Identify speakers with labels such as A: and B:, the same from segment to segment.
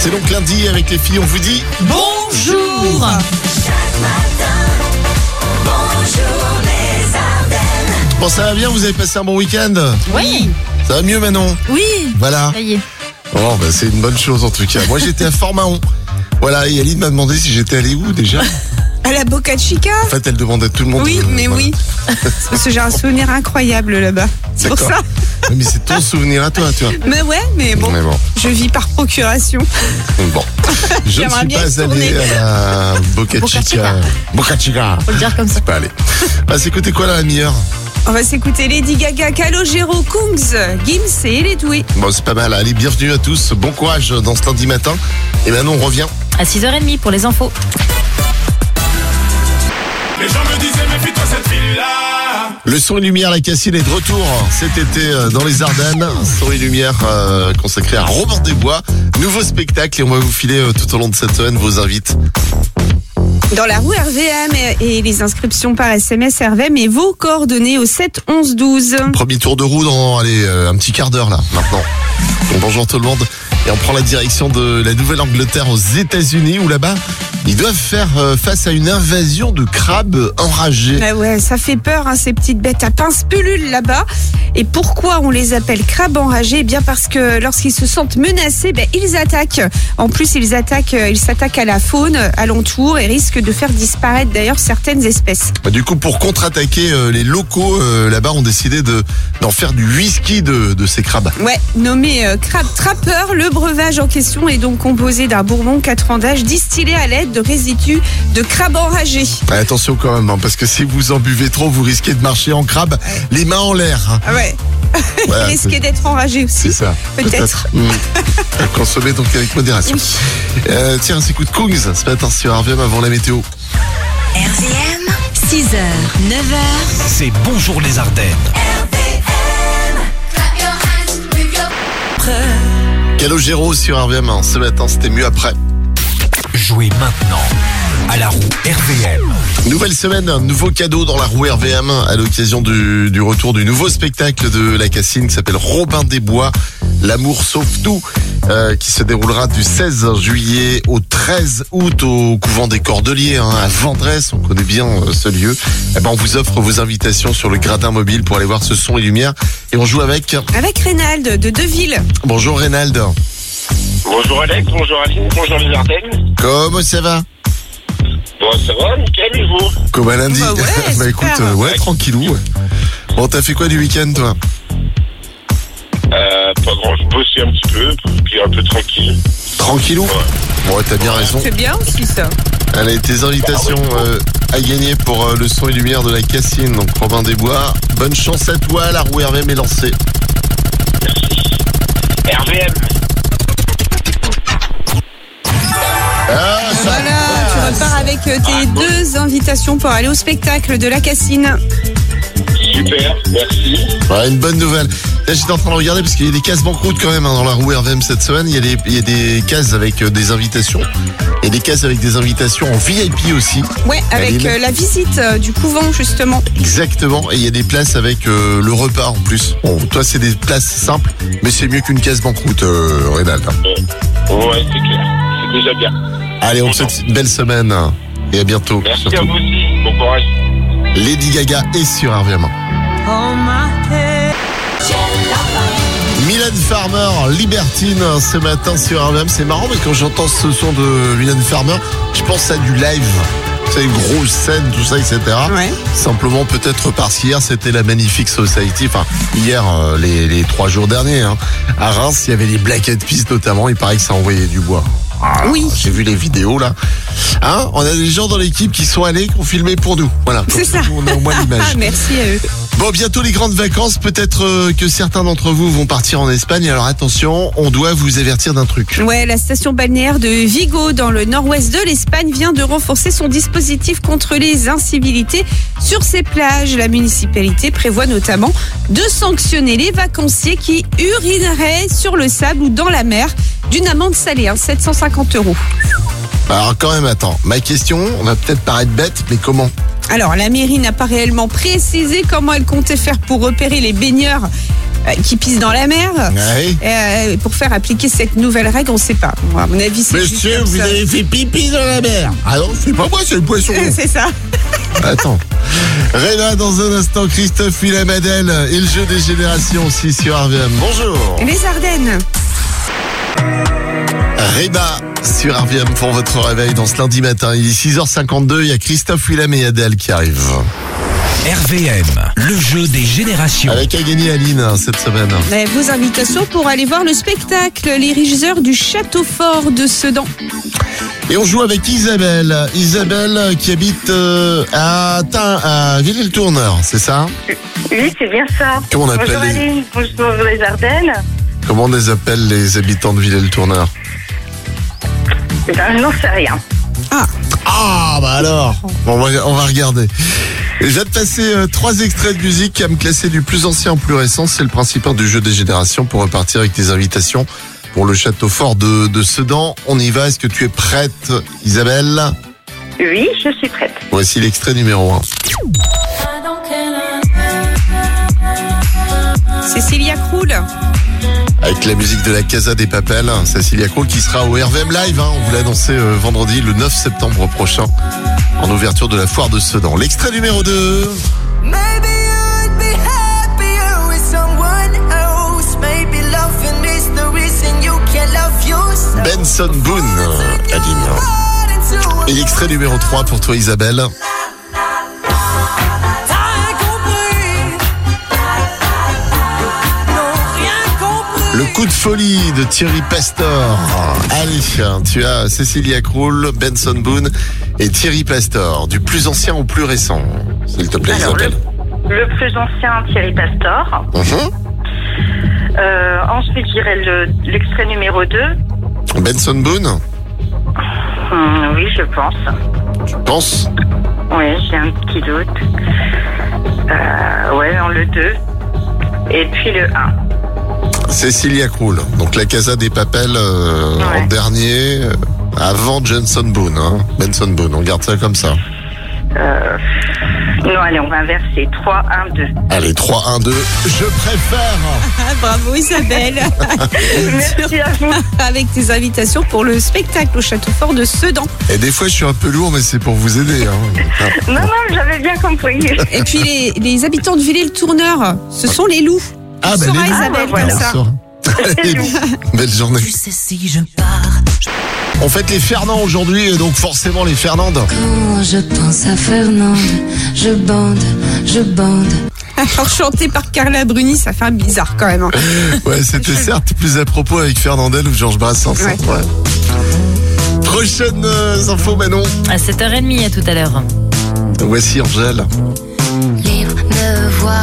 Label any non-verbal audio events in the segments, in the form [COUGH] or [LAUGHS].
A: C'est donc lundi avec les filles, on vous dit
B: Bonjour
A: Bon, ça va bien, vous avez passé un bon week-end
B: Oui
A: Ça va mieux, Manon
B: Oui
A: Voilà.
B: Ça y est.
A: Bon, bah, c'est une bonne chose en tout cas. Moi, j'étais à Formaon. Voilà, et Aline m'a demandé si j'étais allé où déjà.
C: À la Boca Chica
A: En fait, elle demandait tout le monde.
C: Oui,
A: Euh,
C: mais
A: voilà.
C: oui. Parce que j'ai un souvenir incroyable là-bas. C'est pour ça.
A: D'accord. Oui, Mais c'est ton souvenir à toi, tu vois.
C: Mais ouais, mais bon,
A: Mais bon.
C: je vis par procuration. [LAUGHS]
A: Bon. Je ne
C: J'aimerais
A: suis
C: bien y
A: pas allé
C: retourner.
A: à la Boca
B: Boca
A: Chica. Boca Chica.
B: Faut le dire comme ça.
A: Pas allé. Bah, c'est côté quoi là, la demi-heure
C: On va s'écouter Lady Gaga, Calogero, Kungs, Gims et les doués.
A: Bon, c'est pas mal. Allez, bienvenue à tous. Bon courage dans ce lundi matin. Et Manon, on revient.
B: À 6h30 pour les infos.
D: Les gens me disaient méfie-toi cette fille-là
A: Le son et lumière, la Cassine est de retour cet été euh, dans les Ardennes. Son et lumière euh, consacré à Robert Desbois. Nouveau spectacle et on va vous filer euh, tout au long de cette semaine vos invites.
C: Dans la roue RVM et et les inscriptions par SMS RVM et vos coordonnées au 7 11 12.
A: Premier tour de roue dans allez, euh, un petit quart d'heure là maintenant. Donc, bonjour tout le monde. Et on prend la direction de la Nouvelle-Angleterre aux États-Unis où là-bas ils doivent faire euh, face à une invasion de crabes enragés.
C: Ah ouais, ça fait peur, hein, ces petites bêtes à pince pullules là-bas. Et pourquoi on les appelle crabes enragés Eh bien parce que lorsqu'ils se sentent menacés, ben, ils attaquent. En plus, ils attaquent, euh, ils s'attaquent à la faune euh, alentour et risquent de faire disparaître d'ailleurs certaines espèces.
A: Bah, du coup, pour contre-attaquer, euh, les locaux euh, là-bas ont décidé de d'en faire du whisky de, de ces crabes.
C: Ouais, nommé euh, crabe trappeur, le breuvage en question est donc composé d'un bourbon 4 ans d'âge distillé à l'aide de résidus de crabes enragés.
A: Ouais, attention quand même, hein, parce que si vous en buvez trop, vous risquez de marcher en crabe, les mains en l'air.
C: [LAUGHS]
A: hein.
C: Ah ouais,
A: Voilà,
C: risquer
A: c'est-
C: d'être enragé
A: c'est
C: aussi.
A: ça.
C: Peut-être.
A: Mmh. À Consommer donc avec modération.
C: Oui.
A: Euh, tiens, c'est coup de Kungs ce matin sur RVM avant la météo.
E: RVM, 6h, 9h.
D: C'est bonjour les Ardennes
A: Calogero sur RVM, hein. ce matin c'était mieux après.
D: Jouez maintenant à la roue RVM
A: Nouvelle semaine, un nouveau cadeau dans la roue RVM à l'occasion du, du retour du nouveau spectacle de la Cassine qui s'appelle Robin des Bois, L'amour sauve tout, euh, qui se déroulera du 16 juillet au 13 août au couvent des Cordeliers hein, à Vendresse. On connaît bien euh, ce lieu. Eh ben, on vous offre vos invitations sur le gradin mobile pour aller voir ce son et lumière. Et on joue avec.
C: Avec Reynald de Deville.
A: Bonjour Reynald.
F: Bonjour Alex, bonjour Aline, bonjour les Ardennes.
A: Comment ça va
F: Bon, ça va, nickel, et vous
A: Comme à lundi.
C: Bah
A: [LAUGHS]
C: ouais, super.
A: écoute, euh, ouais, tranquillou. ouais. Bon, t'as fait quoi du week-end toi
F: euh, Pas grand, je bossais un petit peu, puis un peu tranquille.
A: Tranquillou
F: Ouais.
A: Ouais, t'as bien
C: [LAUGHS]
A: raison.
C: C'est bien aussi ça.
A: Allez, tes invitations euh, à gagner pour euh, le son et lumière de la Cassine, donc Robin Desbois. Bonne chance à toi, la roue RVM est lancée.
F: RVM
A: Ah, ça
C: Voilà, tu repars avec euh, tes deux invitations pour aller au spectacle de la Cassine.
F: Super, merci.
A: Ouais, Une bonne nouvelle. Là, j'étais en train de regarder parce qu'il y a des cases banqueroutes quand même hein, dans la roue RVM cette semaine. Il y a des, il y a des cases avec euh, des invitations. et des cases avec des invitations en VIP aussi.
C: Ouais, avec
A: Aline.
C: euh, la visite euh, du couvent justement.
A: Exactement. Et il y a des places avec euh, le repas en plus. Bon, toi, c'est des places simples, mais c'est mieux qu'une case banqueroute, euh, Reynald.
F: Ouais, c'est clair, c'est déjà bien.
A: Allez, on te souhaite une belle semaine et à bientôt.
F: Merci à
A: surtout.
F: vous aussi, bon courage.
A: Lady Gaga est sur RVM. Mylène Farmer, Libertine, ce matin sur RVM. C'est marrant parce que quand j'entends ce son de Mylène Farmer, je pense à du live. C'est une grosse scène, tout ça, etc.
C: Ouais.
A: Simplement, peut-être parce qu'hier, c'était la Magnifique Society. Enfin, hier, euh, les, les trois jours derniers. hein. À Reims, il y avait les Black Eyed Peas notamment. Il paraît que ça envoyait du bois. Ah,
C: Oui.
A: J'ai vu les vidéos là. Hein on a des gens dans l'équipe qui sont allés, qui ont filmé pour nous. Voilà. Comme
C: C'est ça.
A: On a au
C: [LAUGHS]
A: moins l'image.
C: Ah, merci à eux.
A: Bon, bientôt les grandes vacances. Peut-être euh, que certains d'entre vous vont partir en Espagne. Alors attention, on doit vous avertir d'un truc.
C: Ouais, la station balnéaire de Vigo dans le nord-ouest de l'Espagne vient de renforcer son dispositif contre les incivilités sur ses plages. La municipalité prévoit notamment de sanctionner les vacanciers qui urineraient sur le sable ou dans la mer d'une amende salée, hein, 750 euros.
A: Alors quand même, attends. Ma question, on va peut-être paraître bête, mais comment
C: Alors, la mairie n'a pas réellement précisé comment elle comptait faire pour repérer les baigneurs euh, qui pissent dans la mer.
A: Ouais.
C: Euh, pour faire appliquer cette nouvelle règle, on ne sait pas. Bon, à mon avis, c'est juste
A: Monsieur,
C: comme
A: vous
C: ça. [LAUGHS]
A: avez fait pipi dans la mer. Ah non, c'est pas moi, c'est le poisson.
C: C'est ça.
A: Attends. Réna, dans un instant, Christophe Willamadel et le jeu des générations aussi sur RVM. Bonjour.
C: Les Ardennes.
A: Reba sur RVM pour votre réveil dans ce lundi matin. Il est 6h52, il y a Christophe Willem et Adèle qui arrivent.
D: RVM, le jeu des générations.
A: Avec à gagner Aline hein, cette semaine.
C: Euh, Vos invitations pour aller voir le spectacle Les Régisseurs du Château Fort de Sedan.
A: Et on joue avec Isabelle. Isabelle qui habite euh, à, Tain- à Villers-le-Tourneur, c'est ça
G: Oui, c'est bien ça.
A: Comment on appelle
G: Bonjour
A: les-
G: Aline, bonjour les Ardennes.
A: Comment on les appelle les habitants de Villers-le-Tourneur
G: Eh ben, je n'en sais rien.
A: Ah bah alors Bon, on, va, on va regarder. Je vais te passer euh, trois extraits de musique à me classer du plus ancien au plus récent. C'est le principe hein, du jeu des générations pour repartir avec tes invitations pour le château fort de, de Sedan. On y va, est-ce que tu es prête Isabelle
G: Oui, je suis prête.
A: Voici l'extrait numéro 1.
C: Cécilia Croul.
A: Avec la musique de la Casa des Papels, Cécilia Croul qui sera au RVM Live, hein, on vous l'a annoncé euh, vendredi le 9 septembre prochain en ouverture de la foire de Sedan. L'extrait numéro 2.
H: Maybe I'd be happier with someone else. Maybe loving is the reason you can't love yourself.
A: Benson Boone, euh, Aline.
H: Heart into a
A: Et l'extrait numéro 3 pour toi Isabelle.
H: rien compris. Non, rien compris.
A: Le coup de folie de Thierry Pastor. Allez, tu as Cécilia Krull, Benson Boone et Thierry Pastor, du plus ancien au plus récent. S'il te plaît
G: Alors,
A: Isabelle.
G: Le plus ancien, Thierry Pastor.
A: Mhm.
G: Euh, ensuite, j'irai le- l'extrait numéro 2.
A: Benson Boone,
G: Hum, oui, je pense.
A: tu penses
G: Oui, j'ai un petit doute. Euh, ouais, dans le 2. Et puis le 1.
A: Cécilia Krull. Donc la Casa des Papels euh,
G: Ouais.
A: en dernier, euh, avant Jenson Boone. hein. Benson Boone, on garde ça comme ça.
G: Non, allez, on va inverser. 3, 1, 2.
A: Allez, 3, 1, 2, je préfère
C: Ah, bravo Isabelle.
G: Merci à vous.
C: [LAUGHS] Avec tes invitations pour le spectacle au Château Fort de Sedan.
A: Et des fois je suis un peu lourd, mais c'est pour vous aider. hein.
G: Non, non, j'avais
A: [LAUGHS]
G: bien compris.
C: Et puis les, les habitants de Villers-le-Tourneur, ce sont les loups.
A: Ah,
C: Tu
A: bah,
C: sauras,
A: les loups.
G: Ah, bah,
C: Isabelle,
G: voilà.
C: comme ça.
A: Bonsoir. Allez, Belle journée.
E: Tu sais si je pars.
A: On fête les Fernands aujourd'hui, et donc forcément les Fernandes.
I: Quand Oh, je pense à Fernande, je bande, je bande.
C: Alors chanté par Carla Bruni, ça fait un bizarre quand même. hein.
A: Ouais, c'était certes plus à propos avec Fernandel ou Georges Brassens. hein, ouais. Prochaines euh, infos, Manon.
B: À 7h30, à tout à l'heure.
A: Voici Angèle.
I: Libre, me voilà.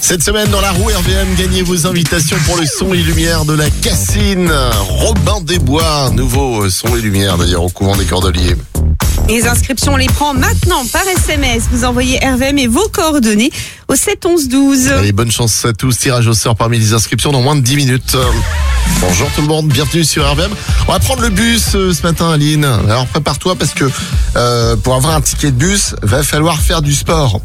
A: Cette semaine, dans la roue RVM, gagnez vos invitations pour le son et lumière de la Cassine. Robin Desbois, nouveau euh, son et lumière d'ailleurs au couvent des Cordeliers.
C: Les inscriptions, on les prend maintenant par SMS. Vous envoyez RVM et vos coordonnées au 7 11 12.
A: Allez, bonne chance à tous. Tirage au sort parmi les inscriptions dans moins de 10 minutes. Euh, Bonjour tout le monde, bienvenue sur RVM. On va prendre le bus euh, ce matin, Aline. Alors prépare-toi parce que euh, pour avoir un ticket de bus, va falloir faire du sport.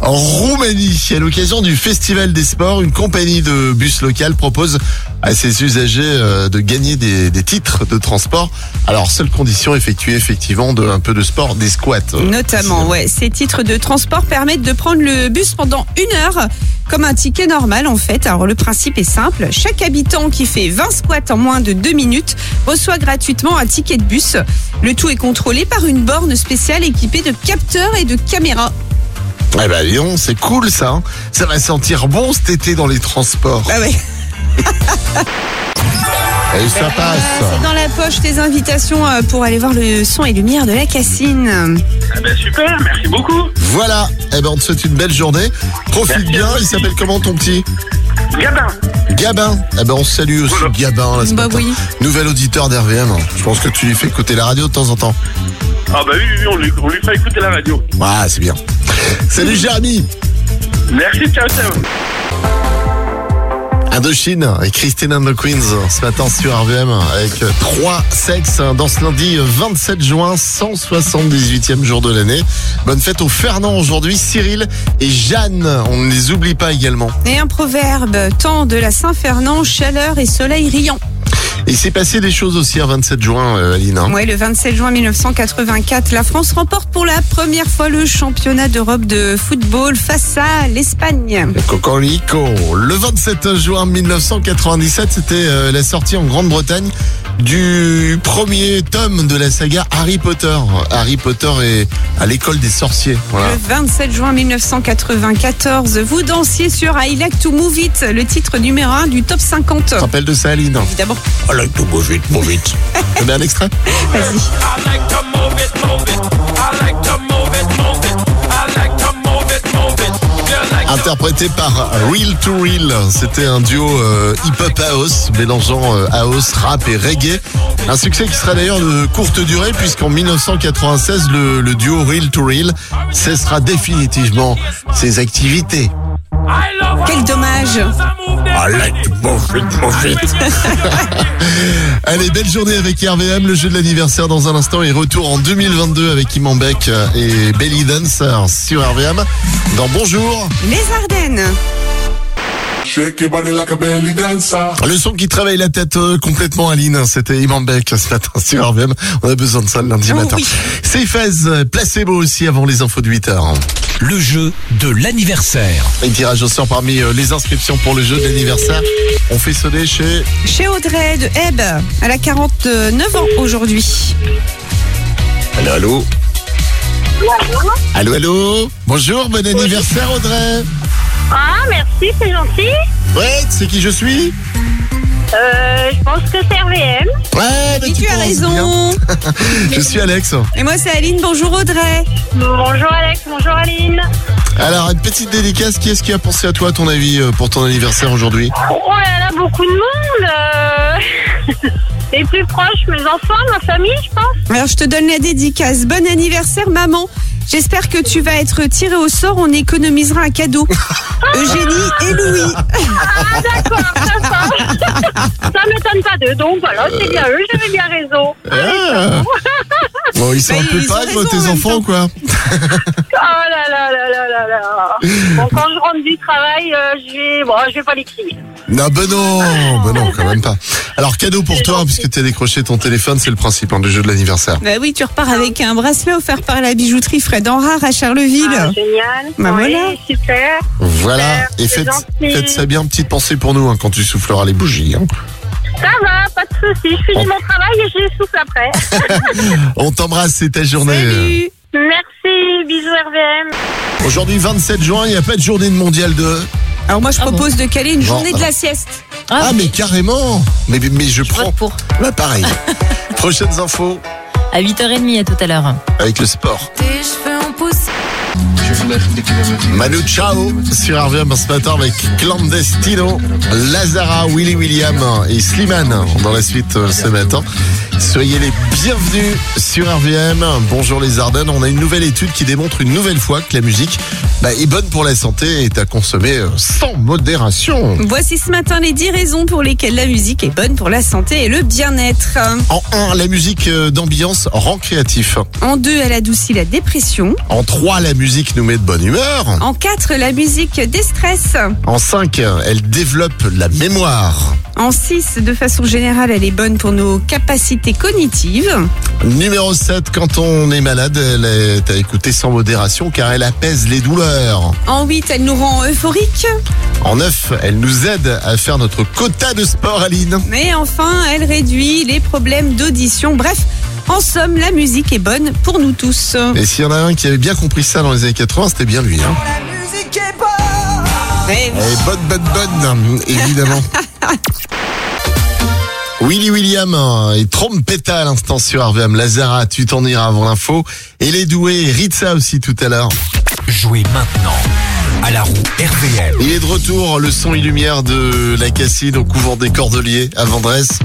A: en Roumanie, à l'occasion du Festival des Sports, une compagnie de bus locale propose à ses usagers euh, de gagner des, des titres de transport. Alors seule condition, effectuer effectivement de, un peu de sport, des squats. euh,
C: Notamment, ouais. Ces titres de transport permettent de prendre le bus pendant une heure, comme un ticket normal en fait. Alors le principe est simple, chaque habitant qui fait 20 squats en moins de 2 minutes reçoit gratuitement un ticket de bus. Le tout est contrôlé par une borne spéciale équipée de capteurs et de caméras.
A: Eh ben Lyon, c'est cool ça. hein. ça va sentir bon cet été dans les transports.
C: Ah ouais.
A: Et ça passe.
C: Euh, C'est dans la poche tes invitations euh, pour aller voir le son et lumière de la Cassine.
F: Ah ben super, merci beaucoup.
A: Voilà. Eh ben on te souhaite une belle journée. Profite
F: Merci,
A: bien.
F: merci.
A: Il s'appelle comment ton petit
F: Gabin.
A: Gabin. Eh ben on salue aussi
F: Bonjour.
A: Gabin là, ce
C: Bah
A: matin.
C: oui.
A: Nouvel auditeur d'RVM. Je pense que tu lui fais écouter la radio de temps en temps.
F: Ah bah oui, oui, oui, on lui, on lui fera écouter la radio.
A: Ah c'est bien. Salut Jérémy.
F: Merci, ciao, ciao.
A: À Indochine et Christine and the Queens ce matin sur RVM avec euh, trois sexes dans ce lundi euh, 27 juin, 178e jour de l'année. Bonne fête aux Fernand aujourd'hui, Cyril et Jeanne. On ne les oublie pas également.
C: Et un proverbe, temps de la Saint-Fernand, chaleur et soleil riant.
A: Et il s'est passé des choses aussi un 27 juin, euh, Aline. hein.
C: Ouais, le 27 juin 1984, la France remporte pour la première fois le championnat d'Europe de football face à l'Espagne.
A: Cocorico. Le 27 juin 1997, c'était euh, la sortie en Grande-Bretagne du premier tome de la saga Harry Potter. Harry Potter est à l'école des sorciers. Voilà.
C: Le 27 juin 1994, vous dansiez sur I Like to Move It, le titre numéro 1 du top 50.
A: Tu te rappelles de ça, Aline
C: Évidemment,
A: Oh là, tout move vite, move vite. Tu mets un extrait
C: vas-y.
H: I like to move it, move it. I like to move it, move it. I like to move it, move it. You like
A: Interprété par Real to Real. C'était un duo euh, hip-hop house, mélangeant euh, house, rap et reggae. Un succès qui sera d'ailleurs de courte durée, puisqu'en 1996, le, le duo Real to Real cessera définitivement ses activités.
C: Quel dommage
A: Allez, belle journée avec RVM, le jeu de l'anniversaire dans un instant et retour en 2022 avec Imambek et Belly Dancer sur RVM dans Bonjour.
C: Les Ardennes
A: Le son qui travaille la tête euh, complètement, Aline, hein, c'était Iman Beck ce matin [LAUGHS] sur RVM. On a besoin de ça le lundi
C: Oh
A: matin.
C: oui.
A: C'est Fez, euh, placebo aussi avant les infos de 8h.
D: Le jeu de l'anniversaire.
A: Et tirage au sort parmi euh, les inscriptions pour le jeu de l'anniversaire. On fait sonner chez...
C: Chez Audrey de Hebb, elle a 49 ans aujourd'hui.
A: Allô, allô Allô, allô Bonjour, bon anniversaire Audrey
J: Ah, merci, c'est gentil.
A: Ouais, tu sais qui je suis
J: Euh, je pense que c'est RVM.
A: Ouais, mais
C: Et tu as
A: penses bien.
C: raison
A: Je suis Alex.
C: Et moi c'est Aline, bonjour Audrey
J: Bonjour Alex, bonjour Aline.
A: Alors, une petite dédicace, qui est-ce qui a pensé à toi, à ton avis, euh, pour ton anniversaire aujourd'hui
J: Oh là là, beaucoup de monde. euh. [LAUGHS] Les plus proches, mes enfants, ma famille, je pense.
C: Alors je te donne la dédicace. Bon anniversaire maman. J'espère que tu vas être tirée au sort, on économisera un [LAUGHS] cadeau. Eugénie et Louis.
J: Ah d'accord, ça, [LAUGHS] ça. ça m'étonne pas d'eux, donc voilà, c'est bien eux, j'avais bien raison.
A: Ah. Bon, ils sont
C: Mais
A: un peu
C: ils ont
A: pâles, quoi,
C: raison en
A: tes
C: même
A: enfants,
C: temps.
A: quoi.
J: Oh là là là là là là. Bon, quand je rentre du travail, euh, je vais, bon, je vais pas les crier.
A: Non, ben non, ben non, quand même pas. Alors, cadeau pour
J: C'est
A: toi, hein,
J: gentil.
A: puisque t'as décroché ton téléphone, c'est le principe hein, du jeu de l'anniversaire.
C: Bah oui, tu repars avec un bracelet offert par la bijouterie Fred Enrard à Charleville.
J: Ah, génial.
C: Bah
J: Oui,
C: voilà.
J: super.
A: Voilà,
J: Super,
A: et
J: c'est
A: faites,
J: gentil.
A: faites ça bien, petite pensée pour nous, hein, quand tu souffleras les bougies. hein.
J: Ça va, pas de soucis. Je finis mon travail et je souffle après.
A: On t'embrasse, c'est ta journée.
C: Salut
J: Merci, bisous RVM.
A: Euh, Aujourd'hui, 27 juin, il n'y a pas de journée de mondial de...
C: Alors moi je
B: Ah bon
C: propose de caler une
A: Bon,
C: journée de
A: alors.
C: la sieste.
A: Ah, mais carrément Mais, mais, mais je prends...
B: vote pour.
A: Bah, pareil. Prochaines infos
B: À 8h30, à tout à l'heure.
A: avec le sport.
I: Tes cheveux en pousse.
A: Manu Chao sur RVM ce matin avec Clandestino, Lazara, Willy William et Slimane dans la suite euh, ce matin. Soyez les bienvenus sur RVM. Bonjour les Ardennes. On a une nouvelle étude qui démontre une nouvelle fois que la musique bah, est bonne pour la santé et est à consommer euh, sans modération.
C: Voici ce matin les 10 raisons pour lesquelles la musique est bonne pour la santé et le bien-être.
A: En 1, la musique euh, d'ambiance rend créatif.
C: En 2, elle adoucit la dépression.
A: En 3, la musique nous met de bonne humeur.
C: En 4, la musique déstresse.
A: En 5, elle développe la mémoire.
C: En 6, de façon générale, elle est bonne pour nos capacités cognitives.
A: Numéro 7, quand on est malade, elle est à écouter sans modération car elle apaise les douleurs.
C: En 8, elle nous rend euphoriques.
A: En 9, elle nous aide à faire notre quota de sport, Aline.
C: Mais enfin, elle réduit les problèmes d'audition. Bref, en somme, la musique est bonne pour nous tous.
A: Et s'il y en a un qui avait bien compris ça dans les années 80, c'était bien lui. Hein.
H: La musique est bonne.
C: Ouais.
A: Et bonne, bonne, bonne, évidemment. Willy William hein, et Trompetta à l'instant sur RVM. Lazara, tu t'en iras avant l'info. Et les doués, Ritza aussi tout à l'heure.
D: Jouez maintenant à la roue RVM.
A: Il est de retour, le son et lumière de la Cassine au couvent des Cordeliers à Vendresse.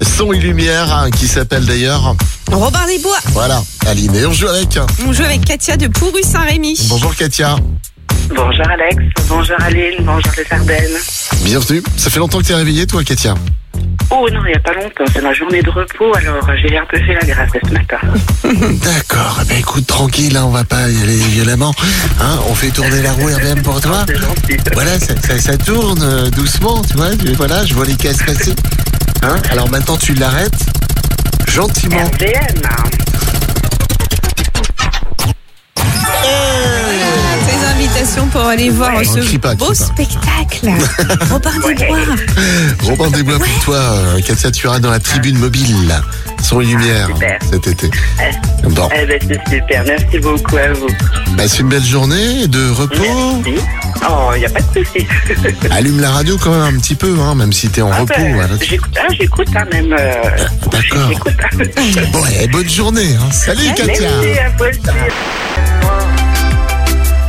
A: Son et lumière, hein, qui s'appelle d'ailleurs,
C: Robert Desbois,
A: voilà, Aline et on joue avec.
C: on joue avec Katia de Pourru-Saint-Rémy.
A: Bonjour Katia.
G: Bonjour Alex, bonjour Aline, bonjour les Ardennes.
A: Bienvenue. Ça fait longtemps que t'es réveillée, toi, Katia
G: Oh non, il n'y a pas longtemps, c'est ma journée de repos, alors euh, j'ai un peu fait la grasse ce matin.
A: D'accord. Eh ben, écoute, tranquille, hein, on va pas y aller violemment. Hein, on fait tourner la roue RVM pour toi.
G: C'est gentil.
A: Voilà, ça, ça- ça tourne euh, doucement, tu vois. tu- Voilà, je vois les cases passer. Hein Alors maintenant, tu l'arrêtes gentiment.
G: RVM, hein.
C: Des invitations pour aller voir
A: Ouais.
C: ce
A: Crie pas,
C: beau
A: crie
C: spectacle.
A: [LAUGHS]
C: Robin des Bois.
A: Robin Desbois pour toi, euh, Katia, tu iras dans la tribune mobile. Son lumière
G: super.
A: cet été. Bon,
G: Eh ben c'est super, merci beaucoup à vous.
A: passe une belle journée de repos.
G: Merci. Oh, il n'y a pas de souci.
A: Allume la radio quand même un petit peu, hein, Ah. même si t'es en
G: Ah
A: repos.
G: ben,
A: voilà.
G: J'écoute, hein, j'écoute hein, même. euh, [LAUGHS]
A: D'accord.
G: j'écoute.
A: Bon, et bonne journée. hein. Salut, Katia.
G: Merci à vous aussi.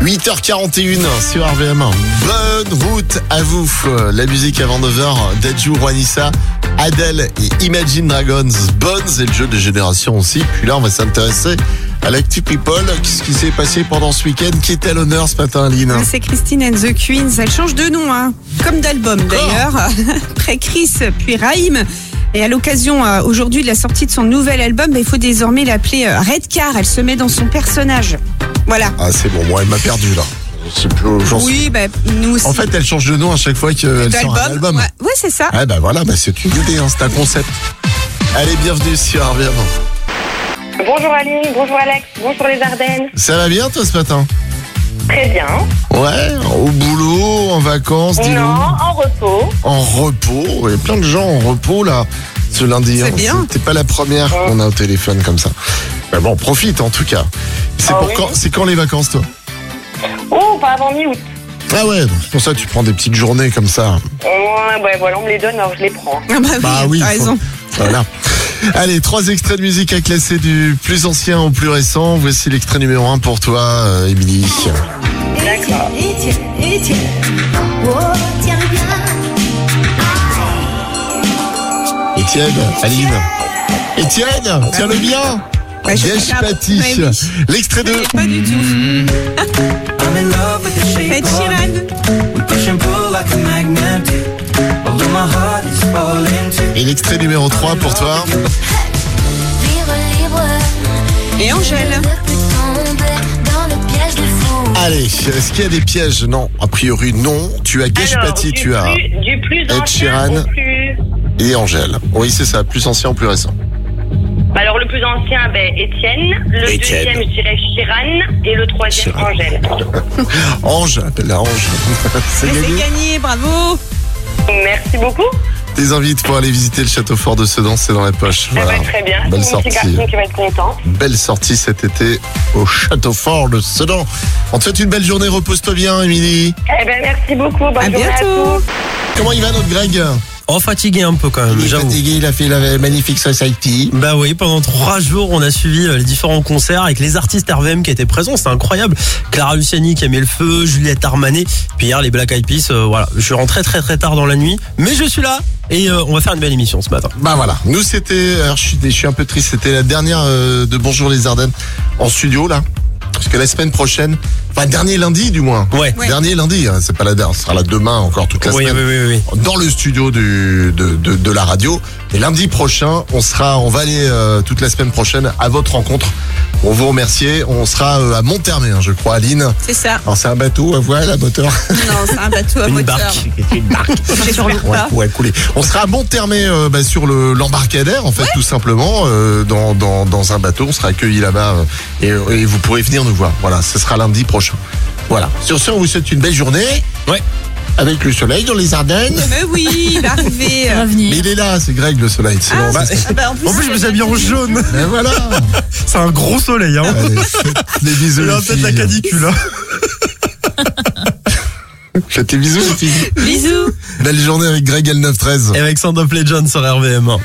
A: 8h41 sur RVM1. Bonne route à vous. Euh, La musique avant 9h, Dajou, Juanissa, Adèle et Imagine Dragons. Bonne, c'est le jeu des générations aussi. Puis là, on va s'intéresser à l'actu people. Qu'est-ce qui s'est passé pendant ce week-end Qui était à l'honneur ce matin, Aline
C: C'est Christine and the Queens. Elle change de nom, hein. comme d'album d'ailleurs. [LAUGHS] Après Chris, puis Raïm. Et à l'occasion euh, aujourd'hui de la sortie de son nouvel album, bah, il faut désormais l'appeler euh, Redcar. Elle se met dans son personnage. Voilà.
A: Ah, c'est bon, moi, elle m'a perdu là. Je sais plus, j'en suis-
C: Oui, bah, nous aussi.
A: En fait, elle change de nom à chaque fois qu'elle sort un album.
C: Ouais, Ouais, c'est ça.
A: Ah, bah voilà, bah, c'est une idée, hein, c'est un concept. Allez, bienvenue sur RVM.
J: Bonjour Aline, bonjour Alex, bonjour les Ardennes.
A: Ça va bien, toi, ce matin
J: Très bien.
A: Ouais, au boulot, en vacances, dis-nous.
J: Non, en repos.
A: en repos. Il y a plein de gens en repos là ce lundi.
C: C'est
A: hein.
C: bien.
A: T'es pas la première qu'on a au téléphone comme ça. Mais bon, profite en tout cas. C'est
J: Ah
A: pour
J: oui.
A: quand C'est quand les vacances toi
J: Oh, pas avant mi-août.
A: Ah ouais, donc c'est pour ça que tu prends des petites journées comme ça.
J: Euh, Ouais, ouais, voilà, on me les donne, alors je les prends.
C: Ah bah oui,
A: Bah oui.
C: t'as
A: faut-
C: raison.
A: Voilà. Allez, trois extraits de musique à classer du plus ancien au plus récent. Voici l'extrait numéro un pour toi, euh, Émilie.
G: D'accord.
I: Et tiens, et tiens, oh, tiens bien.
A: Étienne, Aline. Étienne, tiens-le bien.
C: Bah Ouais, je-
A: Yesh Pati.
C: Ouais, oui.
A: L'extrait 2.
C: Pas du tout. Ed Sheeran.
A: Et l'extrait numéro 3 pour toi.
I: Vivre libre,
C: Et Angèle.
I: ne plus tomber dans le piège du fou.
A: Allez, est-ce qu'il y a des pièges Non, a priori non. Tu as Gage
J: Alors,
A: Patti,
J: du
A: tu as
J: plus- Du plus
A: Ed
J: ancien
A: Sheeran.
J: au plus...
A: et Angèle. Oui, c'est ça, plus ancien, plus récent.
J: Bah, Alors, le plus ancien, ben, Étienne. Le
A: Étienne.
J: deuxième, je dirais Sheeran. Et le troisième,
A: Sheeran.
J: Angèle.
A: Ange, appelle-la Ange. [LAUGHS] c'est
C: Mais C'est
A: gagné.
C: gagné, bravo.
J: Merci beaucoup. Eh
A: Des invites pour aller visiter le château fort de Sedan, c'est dans la poche.
J: Ça va
A: Voilà.
J: ben, très bien.
A: Bonne
J: C'est mon petit
A: sortie.
J: garçon qui va être content.
A: Belle sortie cet été au château fort de Sedan. On te souhaite une belle journée, repose-toi bien, Émilie.
J: Eh ben, merci beaucoup. Bonne
C: À
J: journée à tous.
C: bientôt.
A: Comment il va notre Greg
K: Oh, fatigué un peu quand même,
A: Il est
K: j'avoue.
A: fatigué, il a fait la magnifique Society.
K: Bah oui, pendant trois jours, on a suivi euh, les différents concerts avec les artistes RVM qui étaient présents. C'était incroyable. Clara Luciani qui a mis le feu, Juliette Armanet, puis hier les Black Eyed Peas. euh, voilà, je suis rentré très très tard dans la nuit, mais je suis là et euh, on va faire une belle émission ce matin.
A: Bah voilà, nous c'était, alors je suis, je suis un peu triste, c'était la dernière euh, de Bonjour les Ardennes en studio là. Parce que la semaine prochaine, enfin dernier lundi du moins.
K: Ouais.
C: Ouais.
A: Dernier lundi, hein, c'est pas la dernière, ce sera là demain encore toute la
K: Oui, oui,
A: semaine.
K: oui, oui.
A: Dans le studio du, de, de, de la radio. Et lundi prochain, on sera, on va aller euh, toute la semaine prochaine à votre rencontre. On vous remercier. On sera euh, à Monthermé, hein, je crois, Aline.
C: C'est ça.
A: Alors c'est un bateau à voile, à moteur.
C: Non, c'est un bateau à
K: Une
C: moteur.
K: barque.
C: J'espère
A: Ouais,
C: pas.
A: ouais, coulé. On sera à Monthermé euh, bah, sur le l'embarcadère en fait tout simplement euh, dans, dans, dans un bateau. On sera accueillis là-bas euh, et, et vous pourrez venir nous voir. Voilà, ce sera lundi prochain. Voilà. Sur ce, on vous souhaite une belle journée.
K: Ouais.
A: Avec le soleil dans les Ardennes.
C: Mais oui, il va arriver.
A: Mais
B: Revenu.
A: il est là, c'est Greg le soleil. C'est [LAUGHS] bon.
K: Bah,
C: Ah bah, en plus,
K: en plus, je me suis habillé en jaune.
A: Ben voilà.
C: [LAUGHS]
K: C'est un gros soleil, hein.
A: Allez, [LAUGHS] faites des bisous.
K: Il y
A: les
K: a peut-être la
A: filles.
K: canicule, hein.
A: Faites des bisous les filles.
C: Bisous.
A: Belle journée avec Greg L913.
K: Et avec Sound of Legend sur RVM.